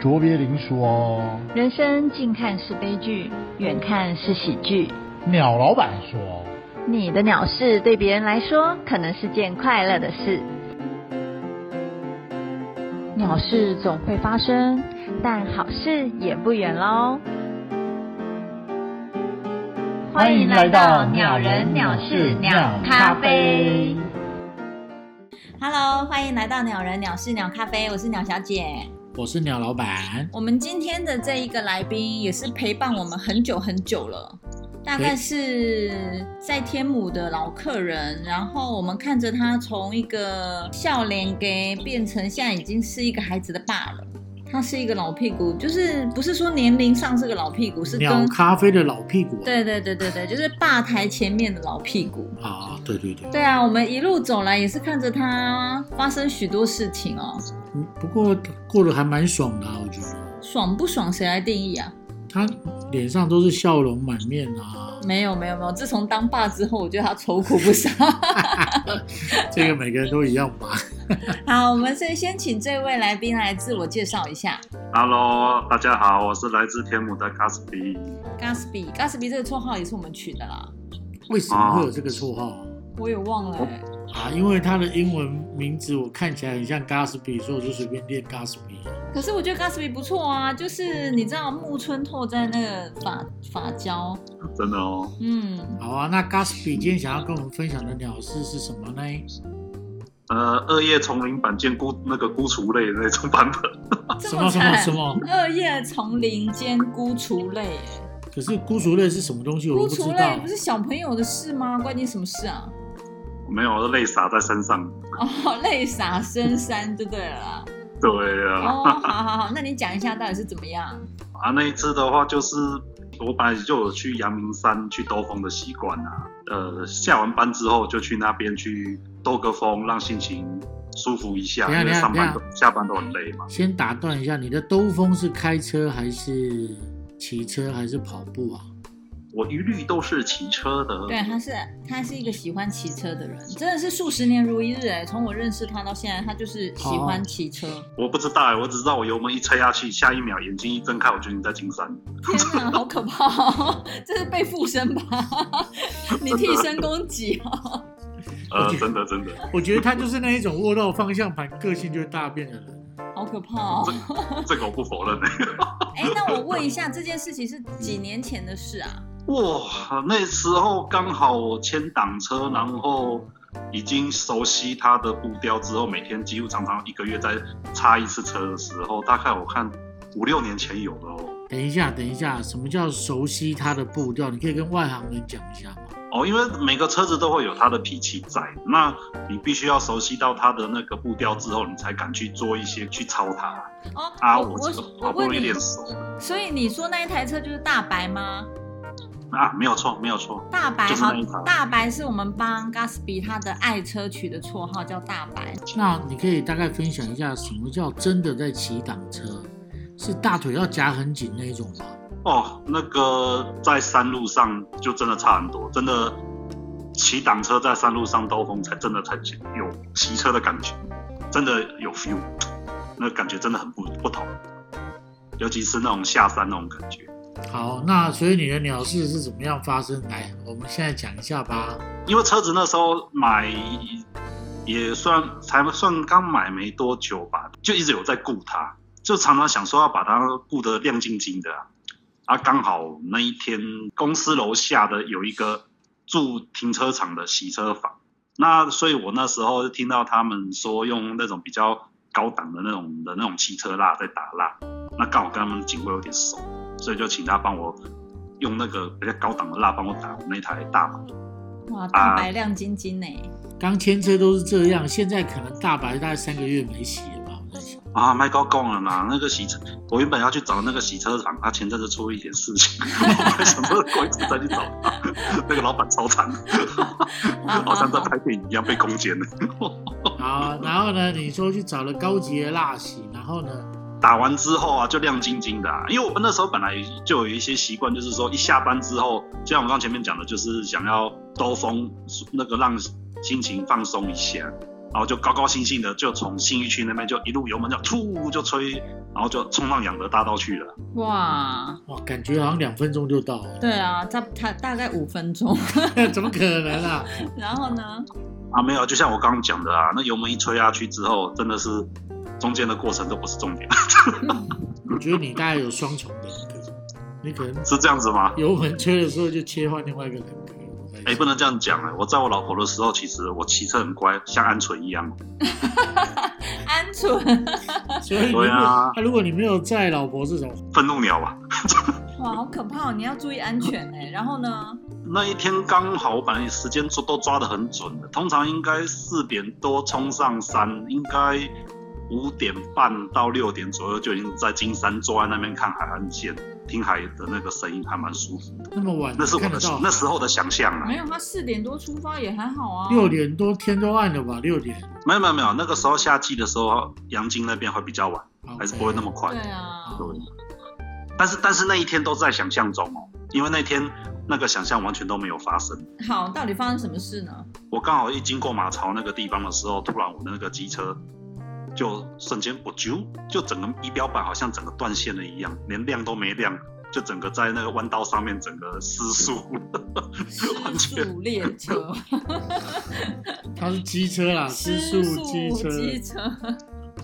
卓别林说，人生近看是悲剧，远看是喜剧。鸟老板说，你的鸟事对别人来说可能是件快乐的事，鸟事总会发生，但好事也不远喽。欢迎来到鸟人鸟事鸟咖啡。Hello，欢迎来到鸟人鸟事鸟咖啡，我是鸟小姐。我是鸟老板，我们今天的这一个来宾也是陪伴我们很久很久了，大概是在天母的老客人，然后我们看着他从一个笑脸给变成现在已经是一个孩子的爸了。他是一个老屁股，就是不是说年龄上是个老屁股，是鸟跟咖啡的老屁股啊对对对对对，就是吧台前面的老屁股。啊，对对对，对啊，我们一路走来也是看着他发生许多事情哦，嗯不过过得还蛮爽的啊、我觉得爽不爽谁来定义啊？他脸上都是笑容满面 啊，没有没有没有，自从当爸之后，我觉得他愁苦不 少。这个每个人都一样吧？好，我们先先请这位来宾来自我介绍一下。 Hello，大家好，我是来自天母的 Gaspi。 Gatsby，Gatsby 这个绰号也是我们取的啦，为什么会有这个绰号啊我也忘了、欸。啊？因为他的英文名字我看起来很像 Gatsby，所以我就随便念 Gatsby。可是我觉得 Gatsby 不错啊，就是你知道木村拓哉那个发发胶，真的哦，嗯，好啊，那 Gatsby 今天想要跟我们分享的鸟事是什么呢？呃，二叶丛林版见孤那个孤雏类的那种版本， 什这么么啊什么惨。什么？二叶丛林间孤雏类欸，可是孤雏类是什么东西？我孤都不知雏类道不。是小朋友的事吗？关你什么事啊？没有泪洒在身上。哦，泪洒深山就对了啦。对哦，啊，好好好，那你讲一下到底是怎么样？啊那一次的话，就是我本来就有去阳明山去兜风的习惯啊。呃，下完班之后就去那边去兜个风，让心情舒服一下，等一下因为上班等都下班都很累嘛。先打断一下，你的兜风是开车还是骑车还是跑步啊？我一律都是骑车的。对，他是他是一个喜欢骑车的人，真的是数十年如一日哎。从我认识他到现在，他就是喜啊欢骑车。我不知道、欸，我只知道我油门一踩下去，下一秒眼睛一睁开，我就已经在金山。天哪，好可怕、哦！这是被附身吧？ 你替身攻击哦。呃，真的真的， 我觉得他就是那一种握到方向盘个性就会大变的人。好可怕 哦！这个我不否认、欸。哎、那我问一下，这件事情是几年前的事啊？ 哇，那时候刚好我签挡车，然后已经熟悉它的步调之后，每天几乎常常一个月再擦一次车的时候，大概我看五六年前有的哦。等一下，等一下，什么叫熟悉他的步调？你可以跟外行人讲一下吗？哦，因为每个车子都会有它的脾气在，那你必须要熟悉到它的那个步调之后，你才敢去做一些去超它哦，啊。我我这我好不问容易你练，熟了所以你说那一台车就是大白吗？啊，没有错，没有错。大白就是好那一台，大白是我们帮 Gatsby 他的爱车取的绰号，叫大白。那你可以大概分享一下什么叫真的在骑挡车？是大腿要夹很紧那一种吗？哦，那个在山路上就真的差很多，真的骑挡车在山路上兜风才真的才有骑车的感觉，真的有 feel，那感觉真的很不不同，尤其是那种下山那种感觉。好，那所以你的鸟事是怎么样发生？来，我们现在讲一下吧。因为车子那时候买也算才算刚买没多久吧，就一直有在顾它，就常常想说要把它顾得亮晶晶的啊。啊，刚好那一天公司楼下的有一个住停车场的洗车房，那所以我那时候就听到他们说用那种比较高档的那种的那种汽车蜡在打蜡，那刚好跟他们警卫有点熟，所以就请他帮我用那个比较高档的蜡帮我打我那台大马。啊哇，大白亮晶晶欸呢、刚签车都是这样，现在可能大白大概三个月没洗了吧？ 我在想。啊，麦高供了啦！那个洗车，我原本要去找那个洗车厂，他前阵子出了一点事情，我还想说过一次再去找他。 那个老板超惨， 好像在拍电影一样被攻坚了。好，然后呢，你说去找了高级的蜡洗，然后呢，打完之后啊，就亮晶晶的、啊。因为我们那时候本来就有一些习惯，就是说一下班之后，就像我刚前面讲的，就是想要兜风，那个让心情放松一下。然后就高高兴兴的就从信义区那边就一路油门就突就吹，然后就冲上养德大道去了。哇，哇，感觉好像两分钟就到了， 对啊，大他大概五分钟， 怎么可能啊？然后呢？啊，没有，就像我刚刚讲的啊，那油门一吹下去之后，真的是中间的过程都不是重点， 我觉得你大概有双重人格，你可能是这样子吗？油门吹的时候就切换另外一个人格。我在想哎、不能这样讲哎、我在我老婆的时候，其实我骑车很乖，像鹌鹑一样。鹌鹑， 所以你对啊那如果你没有在老婆是什么？愤怒鸟啊吧。 哇，好可怕、哦！你要注意安全哎、然后呢？那一天刚好，我本来时间抓都抓得很准的，通常应该四点多冲上山，应该五点半到六点左右就已经在金山坐在那边看海岸线，听海的那个声音还蛮舒服。那么晚那是我看的得到？那时候的想象啊没，有，他四点多出发也还好啊。六点多天都暗了吧？六点没有没有没有，那个时候夏季的时候，阳金那边会比较晚，还是不会那么快。对啊，对，但是但是那一天都在想象中哦，因为那天那个想象完全都没有发生。好，到底发生什么事呢？我刚好一经过马槽那个地方的时候，突然我的那个机车就瞬间不啾，就整个仪表板好像整个断线了一样，连亮都没亮，就整个在那个弯道上面整个失速。 完失全速列车，他是机车啦，失速机车。机车，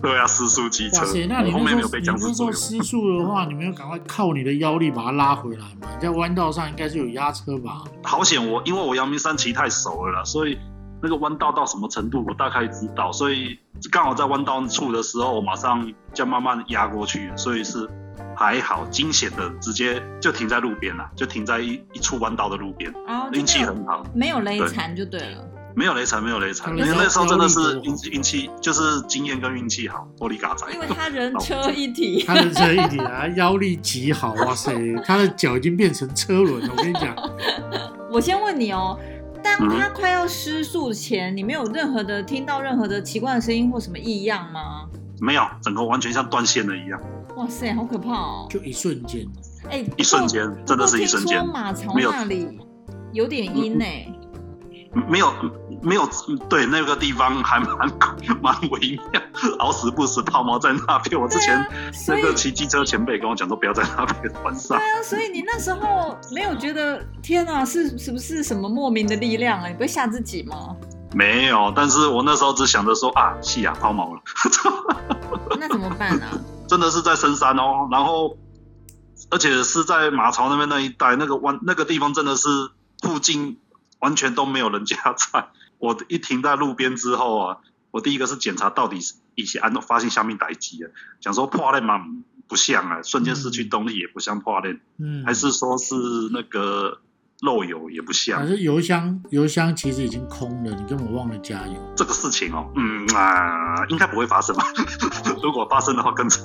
对啊，失速机车哇塞，那，你我后面那没时有候被你僵尸那时作候用。失速的话，你没有赶快靠你的腰力把它拉回来嘛？你在弯道上应该是有压车吧？好险我，因为我阳明山骑太熟了啦，所以那个弯道到什么程度我大概知道，所以刚好在弯道处的时候，我马上就慢慢压过去，所以是还好惊险的，直接就停在路边了，就停在一一处弯道的路边，然后就运没气有很好，没有雷残就对了。没有雷残，没有雷残，嗯因为那时候真的是嗯运气运气就是经验跟运气好，玻璃嘎仔。因为他人车一体，他的车一体啊， 腰力极好，哇塞，他的脚已经变成车轮了。我跟你讲，我先问你哦，当他快要失速前，你没有任何的听到任何的奇怪的声音或什么异样吗？没有，整个完全像断线了一样，哇塞，好可怕哦！就一瞬间，哎，一瞬间不过真的是一瞬间不过听说马槽没有嗯那里有点阴呢、没有没有，对那个地方还蛮蛮微妙，好死不死抛锚在那边。我之前啊所那以个骑机车前辈跟我讲说，不要在那边晚上对。啊，所以你那时候没有觉得天啊，是是不是什么莫名的力量啊？你不会吓自己吗？没有，但是我那时候只想着说啊，是啊，抛锚了，那怎么办啊？真的是在深山哦，然后而且是在马槽那边那一带，那个弯那个地方真的是附近完全都没有人家在。我一停在路边之后啊，我第一个是检查到底是以前安发现下面逮鸡了，啊想说破链嘛不像啊，瞬间失去动力也不像破链，嗯，还是说是那个漏油也不像还。是油箱，油箱其实已经空了，你根本忘了加油。这个事情哦，嗯啊，应该不会发生吧？ 如果发生的话更惨。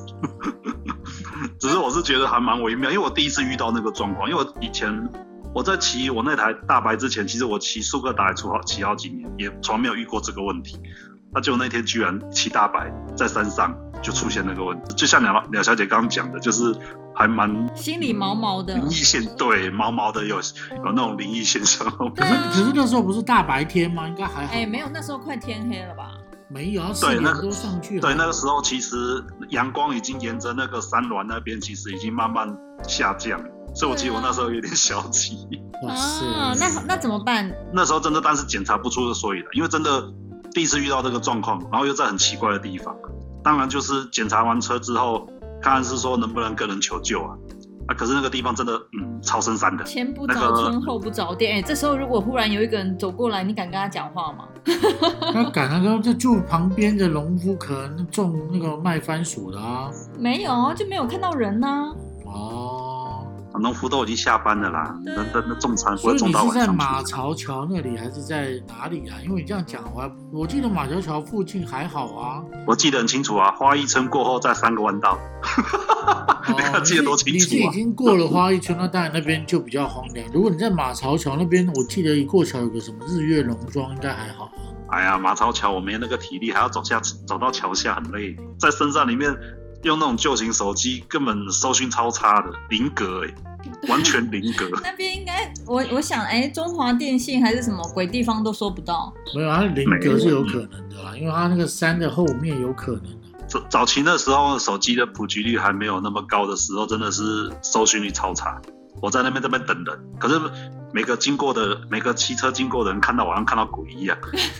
只是我是觉得还蛮微妙，因为我第一次遇到那个状况，因为我以前我在骑我那台大白之前，其实我骑速克达也出好骑好几年，也从来没有遇过这个问题。那结果那天居然骑大白在山上就出现那个问题，就像梁梁小姐刚刚讲的，就是还蛮心里毛毛的灵。异现对毛毛的有有那种灵异现象。 对可是啊可是那时候不是大白天吗？应该还好。哎、没有，那时候快天黑了吧？没有，要四对点那多上去。对，那个时候其实阳光已经沿着那个山峦那边，其实已经慢慢下降，所以我其实我那时候有点 小急。哇塞，啊，那那怎么办？那时候真的，但是检查不出个所以然，因为真的第一次遇到这个状况，然后又在很奇怪的地方。当然就是检查完车之后，看看是说能不能跟人求救啊。啊，可是那个地方真的，嗯，超深山的，前不着村后不着店。哎、这时候如果忽然有一个人走过来，你敢跟他讲话吗？他赶上说，就住旁边的农夫可能种那个卖番薯的啊。没有啊，就没有看到人啊呐、哦，啊农夫都已经下班了啦，对那啊那那种餐不所会以种你到是晚在上马去。槽桥那里还是在哪里啊？因为你这样讲，我还我记得马槽桥附近还好 啊。我记得很清楚啊，花一村过后再三个弯道，你哦看 记得多清你是楚你是已啊！经过了花一村，那当然那边就比较荒凉。如果你在马槽桥那边，我记得一过桥有个什么日月农庄，应该还好。啊哎呀，马槽桥我没那个体力，还要走下走到桥下很累，在深山里面用那种旧型手机根本搜寻超差的，零格哎、完全零格。那边应该，我我想，哎，中华电信还是什么鬼地方都搜不到。没有，它菱格是有嗯可能的啦，因为它那个山的后面有可能啊。早早期那时候手机的普及率还没有那么高的时候，真的是搜寻率超差。我在那边这边等人，可是每个经过的每个骑车经过的人看到我，好像看到鬼一样，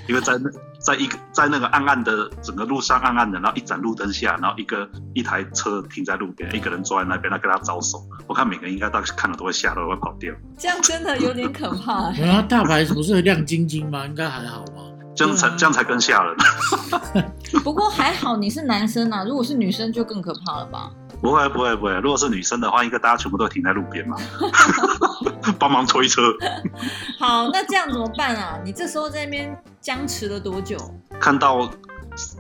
因为在那在一个在那个暗暗的整个路上暗暗的，然后一盏路灯下，然后一个一台车停在路边，一个人坐在那边，他跟他招手。我看每个人应该到看了都会吓到，会跑掉。这样真的有点可怕、没有，它大牌不是亮晶晶吗？应该还好吧。这样才、对啊这样才更吓人。 不过还好你是男生啊，如果是女生就更可怕了吧？不会不会不会，如果是女生的话，应该大家全部都停在路边嘛， 帮忙推车。好，那这样怎么办啊？你这时候在那边僵持了多久？看到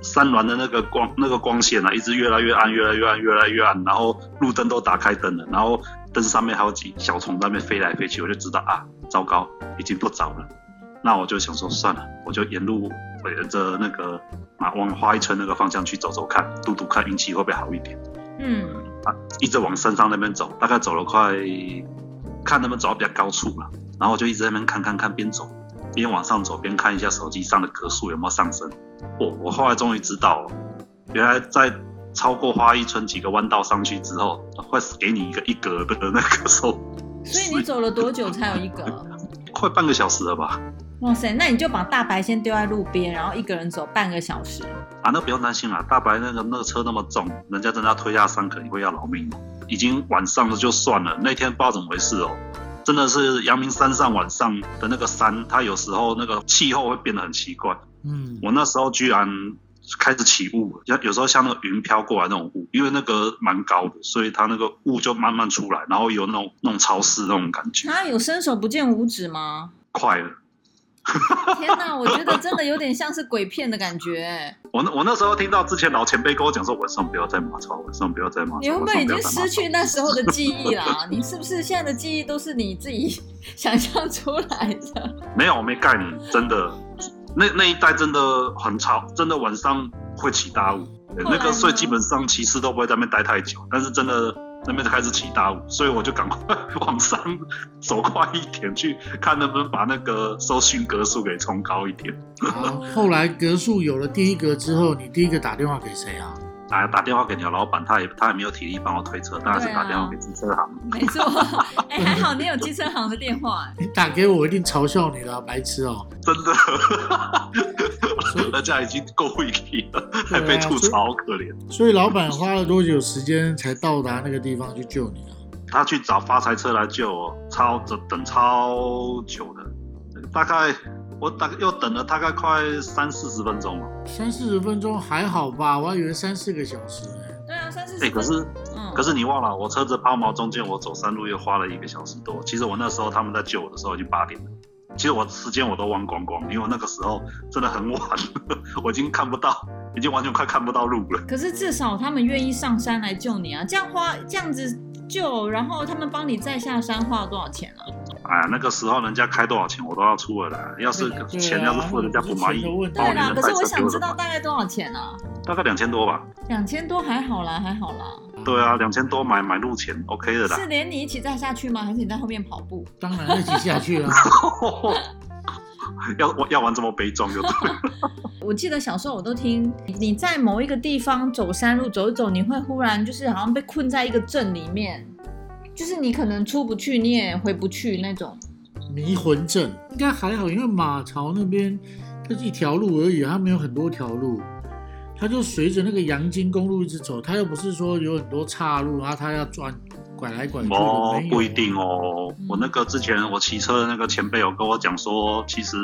山峦的那个光那个光线啊，一直越来越暗，越来越暗，越来越暗，然后路灯都打开灯了，然后灯上面还有几小虫在那边飞来飞去，我就知道啊，糟糕，已经不早了。那我就想说算了，我就沿路沿着那个马往花一村那个方向去走走看，赌赌看运气会不会好一点。嗯，一直往山上那边走，大概走了快，看他们走到比较高处嘛，然后我就一直在那边看看看，边走边往上走，边看一下手机上的格数有没有上升。我、我后来终于知道哦，原来在超过花一村几个弯道上去之后，会给你一个一格的那个手，所以你走了多久才有一个？快半个小时了吧？ 哇塞，那你就把大白先丢在路边，然后一个人走半个小时。啊，那不用担心啦，大白那个那个车那么重，人家真的要推下山，肯定会要老命哦。已经晚上了就算了，那天不知道怎么回事哦，真的是阳明山上晚上的那个山，它有时候那个气候会变得很奇怪。嗯，我那时候居然开始起雾了，像有时候像那个云飘过来那种雾，因为那个蛮高的，所以它那个雾就慢慢出来，然后有那种那种潮湿那种感觉，他啊有伸手不见五指吗？快了。天哪，我觉得真的有点像是鬼片的感觉、我那我那时候听到之前老前辈跟我讲说，晚上不要再马超，晚上不要再马超，你会不晚会上已不要经再马失去那时候的记忆啦？你是不是现在的记忆都是你自己 想象出来的？没有，我没盖你，真的，那那一带真的很吵，真的晚上会起大雾。对后来那呢个所以基本上骑士都不会在那边待太久，但是真的那边开始起大雾，所以我就赶快往上走快一点，去看能不能把那个搜寻格数给冲高一点。 好。后来格数有了第一格之后，你第一个打电话给谁啊？哎打打电话给你的老板，他也他也没有体力帮我推车，当然是打电话给机车行。 没 错，哎、还好你有机车行的电话、你打给我，我一定嘲笑你了，白痴哦、真的，人家已经够会力了，还被吐槽，可怜。所以老板花了多久时间才到达那个地方去救你啊？他去找发财车来救我，超等等超久的，大概我大概又等了大概快三四十分钟了。三四十分钟还好吧，我还以为三四个小时呢、对啊，算是哎、可是嗯，可是你忘了，我车子抛锚中间，我走山路又花了一个小时多。其实我那时候他们在救我的时候已经八点了。其实我时间我都忘光光，因为我那个时候真的很晚，我已经看不到，已经完全快看不到路了。可是至少他们愿意上山来救你啊！这样花这样子救，然后他们帮你再下山花了多少钱啊？哎呀，那个时候人家开多少钱我都要出了啦，要是对啊钱要是付人家不满意钱的问，题把我对连啦，人可带是我车给想我知都道大概多少钱啊？大概两千多吧。两千多还好啦，还好啦。对啊，两千多买买路钱 OK 的啦。是连你一起再下去吗？还是你在后面跑步？当然一起下去 啊。要要玩这么悲壮就对了。我记得小时候我都听你在某一个地方走山路走一走，你会忽然就是好像被困在一个镇里面，就是你可能出不去，你也回不去那种。迷魂阵应该还好，因为马槽那边它是一条路而已，它没有很多条路，它就随着那个阳金公路一直走，它又不是说有很多岔路，然后它要转拐来拐去的，哦没，有不一定。哦嗯。我那个之前我骑车的那个前辈有跟我讲说，其实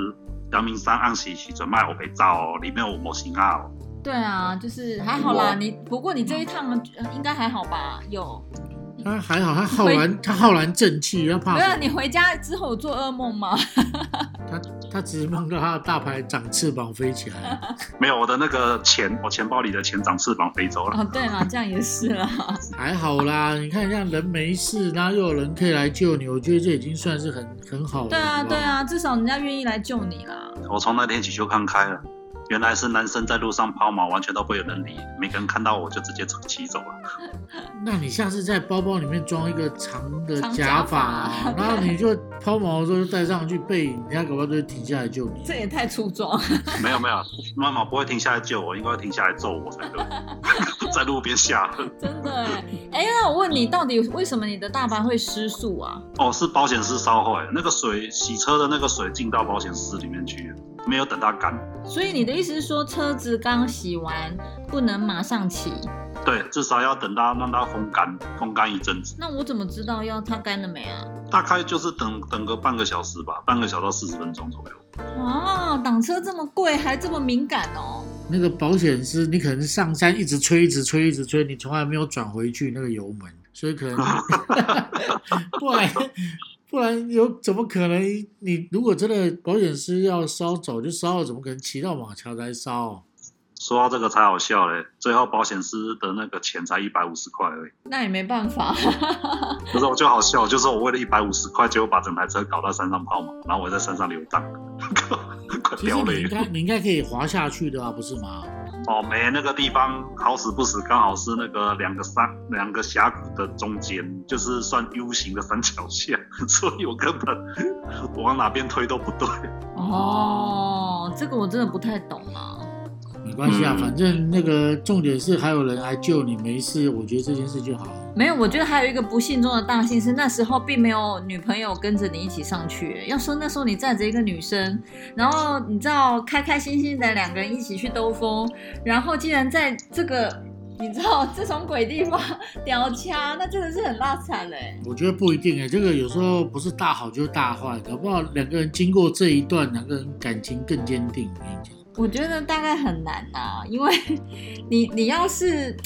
阳明山暗时是准卖我被照哦，里面有模型啊哦。对啊，就是还好啦。你不过你这一趟呃应该还好吧？有它还好，它浩然，它浩然正气，它怕没有？啊 什你么？回家之后有做噩梦吗？它它只是梦到它的大牌长翅膀飞起来。没有我的那个钱，我钱包里的钱长翅膀飞走了。哦，对啦，这样也是啦。还好啦，你看像人没事，然后又有人可以来救你，我觉得这已经算是很很好了。对好不啊，好哦对，啊，至少人家愿意来救你啦。我从那天起就看开了，原来是男生在路上抛锚，完全都不会有人理，每个人看到我就直接骑 走了。那你下次在包包里面装一个长的长假假发发， 然后你就抛锚的时候就戴上去，被人家搞不好就会停下来救你。这也太粗壮。没有没有，妈妈不会停下来救我，应该会停下来揍我才 对，在路边吓。真的哎，哎，那我问你，到底为什么你的大巴会失速啊？哦，是保险丝烧坏，那个水洗车的那个水进到保险丝里面去了，没有等它干。所以你的意思是说，车子刚洗完不能马上骑？对，至少要等它让它风干，风干一阵子，那我怎么知道要它干了没啊？大概就是等等个半个小时吧，半个小时到四十分钟左右。哇，挡车这么贵，还这么敏感哦。那个保险丝，你可能上山一直吹，一直吹，一直吹，你从来没有转回去那个油门，所以可 能，不然不然有怎么可能？你如果真的保险丝要烧走就烧了，怎么可能骑到马桥才烧、说到这个才好笑嘞，最后保险丝的那个钱才一百五十块而已，那也没办法，可是我就好笑，就是我为了一百五十块，结果把整台车搞到山上抛锚，然后我在山上流荡， 快其实掉你泪应了。该你应该可以滑下去的啊，不是吗？哦，没那个地方好死不死，刚好是那个两个山两个峡谷的中间，就是算 U 型的三角线， 所以我根本我往哪边推都不对。哦，这个我真的不太懂啊。没关系啊，嗯反正那个重点是还有人来救你，没事，我觉得这件事就好了。没有，我觉得还有一个不幸中的大幸是那时候并没有女朋友跟着你一起上去。要说那时候你载着一个女生，然后你知道开开心心的两个人一起去兜风，然后竟然在这个你知道这种鬼地方 屌掐，那真的是很拉惨嘞、我觉得不一定哎、这个有时候不是大好就是大坏，搞不好两个人经过这一段，两个人感情更坚定。我跟你讲，我觉得大概很难呐、因为嗯你你要是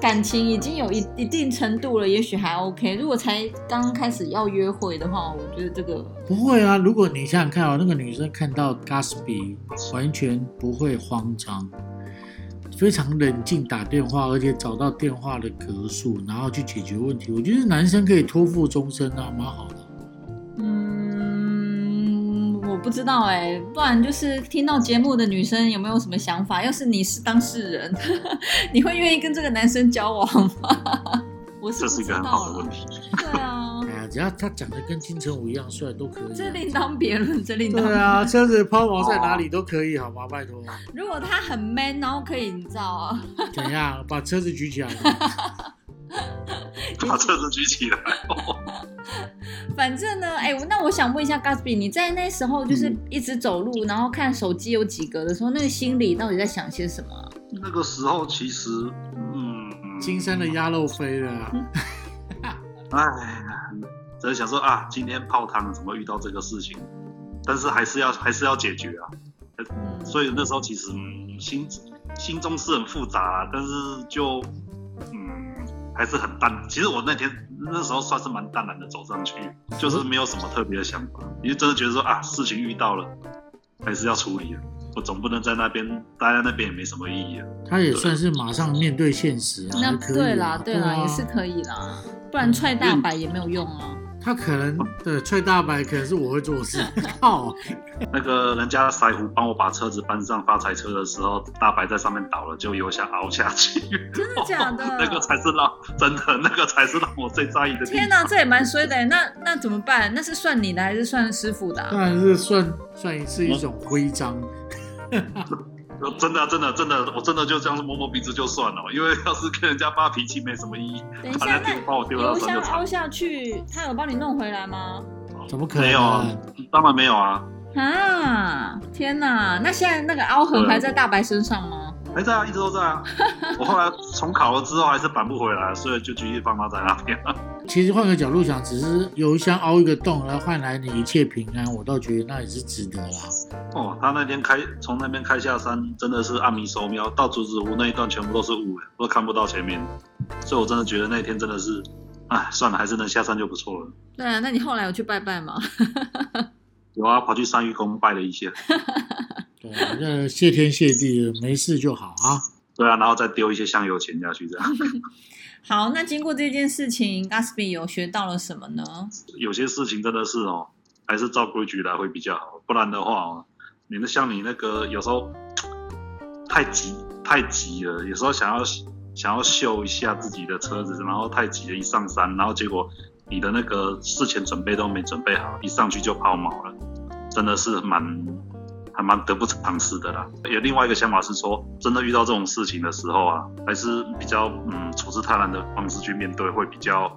感情已经有一一定程度了，也许还 OK。如果才刚开始要约会的话，我觉得这个不会啊，如果你想想看哦，那个女生看到 Gatsby 完全不会慌张，非常冷静打电话，而且找到电话的格数，然后去解决问题。我觉得男生可以托付终身啊，蛮好的。嗯，我不知道哎、不然就是听到节目的女生有没有什么想法？要是你是当事人， 你会愿意跟这个男生交往吗？我是这不是一知个道很好的问啦。题。对啊，哎呀，只要他长得跟金城武一样帅都可以、这另啊。当别论，这另当别对论。啊，车子抛锚在哪里都可以，好吗？拜托，如果他很 man，然后可以，你知道啊。怎样把车子举起来？ 把车子举起来，反正呢，哎、我那我想问一下 Gatsby，你在那时候就是一直走路，然后看手机有几格的时候，那个心里到底在想些什么啊？那个时候其实，嗯，金山的鸭肉飞了、啊，哎，只是想说啊，今天泡汤怎么遇到这个事情？但是还是要还是要解决啊。嗯，所以那时候其实、嗯、心心中是很复杂啦，但是就嗯还是很淡。其实我那天那时候算是蛮淡然的走上去，就是没有什么特别的想法，因为真的觉得说啊事情遇到了，还是要处理啊。我总不能在那边待在那边也没什么意 义啊。他也算是马上面对现实啊，那还可以啊对啦，对啦，啊也是可以啦，不然踹大白也没有用啊。他可能对踹大白，可能是我会做的 事，靠，那个人家腮胡帮我把车子搬上发财车的时候，大白在上面倒了，就由下凹下去。真的假的 那个才是让真的那个才是让我最在意的地方。天哪、这也蛮衰的欸。那那怎么办？那是算你的还是算师傅的、当啊？然是算算一次一种徽章。呃真的啊、真的啊、真的，我真的就这样摸摸鼻子就算了，因为要是跟人家发脾气没什么意义，等一把下，那那丢把我丢到油山箱就惨凹。下去，他有帮你弄回来吗？怎么可能？没有啊，当然没有啊，啊，天哪！那现在那个凹痕还在大白身上吗？还在啊，一直都在啊。我后来重考了之后还是扳不回来，所以就继续放它在那边。 其实换个角度想，只是油箱凹一个洞，然后换来你一切平安，我倒觉得那也是值得啦。哦，他那天开从那边开下山，真的是暗迷手瞄，到竹子湖那一段全部都是雾，欸我都看不到前面，所以我真的觉得那天真的是，哎，算了，还是能下山就不错了。对啊，那你后来有去拜拜吗？有啊，跑去三愚宫拜了一下，对啊，这谢天谢地的，没事就好啊。对啊，然后再丢一些香油钱下去，这样好，那经过这件事情，Gatsby 有学到了什么 呢？有些事情真的是哦，还是照规矩来会比较好，不然的话哦，你那像你那个有时候太急太急了，有时候想要想要秀一下自己的车子，然后太急了，一上山，然后结果你的那个事前准备都没准备好，一上去就抛锚了，真的是蛮还蛮得不偿失的啦。有另外一个想法是说，真的遇到这种事情的时候啊，还是比较嗯处之泰然的方式去面对，会比较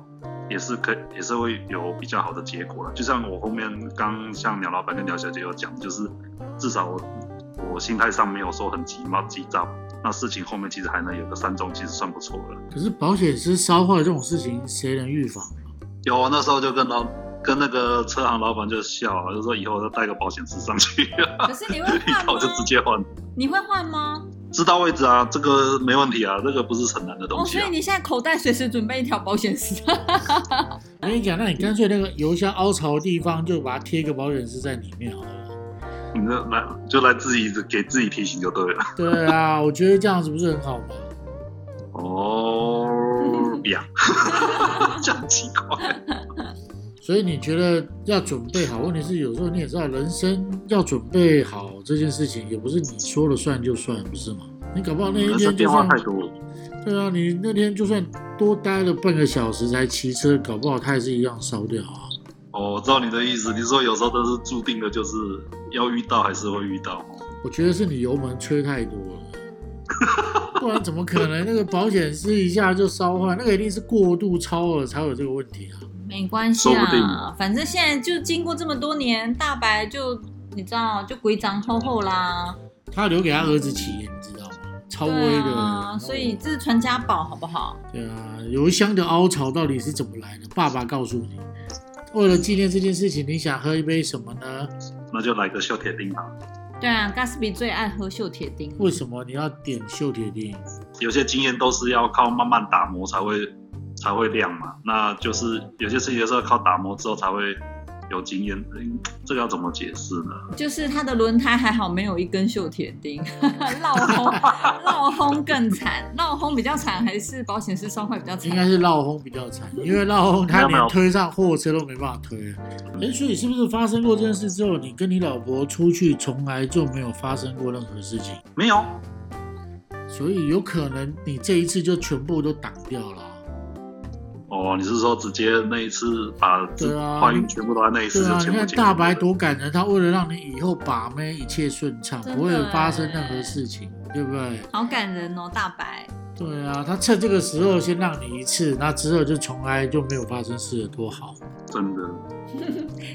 也是可也是会有比较好的结果了。就像我后面刚像鸟老板跟鸟小姐有讲，就是至少我我心态上没有说很急嘛急躁，那事情后面其实还能有个三中，其实算不错了。可是保险丝烧坏这种事情，谁能预防？有啊，那时候就跟老跟那个车行老板就笑啊，就说以后要带个保险丝上去，可是你会一换吗套就直？接换，你会换吗？知道位置啊，这个没问题啊，这个不是很难的东哦，西所啊以。你现在口袋随时准备一条保险丝。啊 我跟你讲，那你干脆那个油箱凹槽的地方，就把它贴一个保险丝在里面好了。你这来就来自己给自己提醒就对了。对啊，我觉得这样子不是很好吗？哦呀，这样奇怪。所以你觉得要准备好？问题是有时候你也知道，人生要准备好这件事情，也不是你说了算就算，不是吗？你搞不好那一人生天就变化算太多了。对啊，你那天就算多待了半个小时才骑车，搞不好它也是一样烧掉啊。哦，我知道你的意思。你说有时候都是注定的，就是要遇到还是会遇到。哦我觉得是你油门吹太多了， 不然怎么可能那个保险丝一下就烧坏？那个一定是过度超额才有这个问题啊。没关系说不啊定，反正现在就经过这么多年，大白就你知道就鬼长厚厚啦，他留给他儿子骑，你知道吗？超威对的，啊，所以这是传家宝好不好？对啊，油箱的凹槽到底是怎么来的？爸爸告诉你，为了纪念这件事情，你想喝一杯什么呢？那就来个小铁钉吧。对啊，g a s b y 最爱喝锈铁钉，为什么你要点锈铁钉？有些经验都是要靠慢慢打磨才会才会亮嘛。那就是有些事情是要靠打磨之后才会有经验。嗯这个要怎么解释呢？就是它的轮胎还好没有一根锈铁哦 钉，绕轰绕轰更惨，绕轰比较惨，还是保险丝烧坏比较应惨？该是绕轰比较惨，因为绕轰他没有没连有推上货车都没办法推啊。嗯哎，所以是不是发生过这件事之后，你跟你老婆出去从来就没有发生过任何事情？没有，所以有可能你这一次就全部都挡掉了啊。哦，你是说直接那一次把自对啊怀孕全部都在那一次对就啊，全你部看解决大白了多感人，他为了让你以后把妹一切顺畅，真的不会发生任何事情，欸对不对？好感人哦，大白。对啊，他趁这个时候先让你一次，那之后就从来就没有发生事了，多好！真的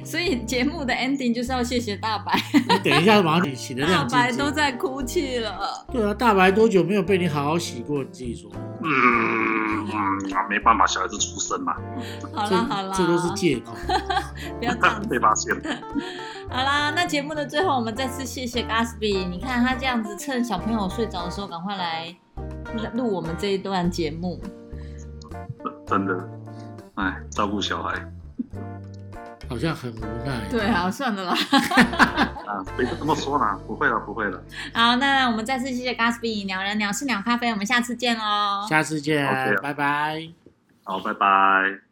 所以节目的 ending 就是要谢谢大白，你等一下马上你洗的大亮白晶都晶。在哭泣了。对啊，大白多久没有被你好好洗过？你自己说，嗯，嗯啊没办法，小孩子出生嘛，好这啦好啦，这都是借口。不要这样 被子。发现。好啦，那节目的最后，我们再次谢谢 Gasby。你看他这样子，趁小朋友睡着的时候，赶快来录我们这一段节目。真的，哎，照顾小孩好像很无奈。对啊，算了啦。啊，别这么说啦，不会了，不会了。好，那我们再次谢谢 Gasby，鸟人鸟事鸟咖啡，我们下次见喽。下次见 OK 啊拜拜。好，拜拜。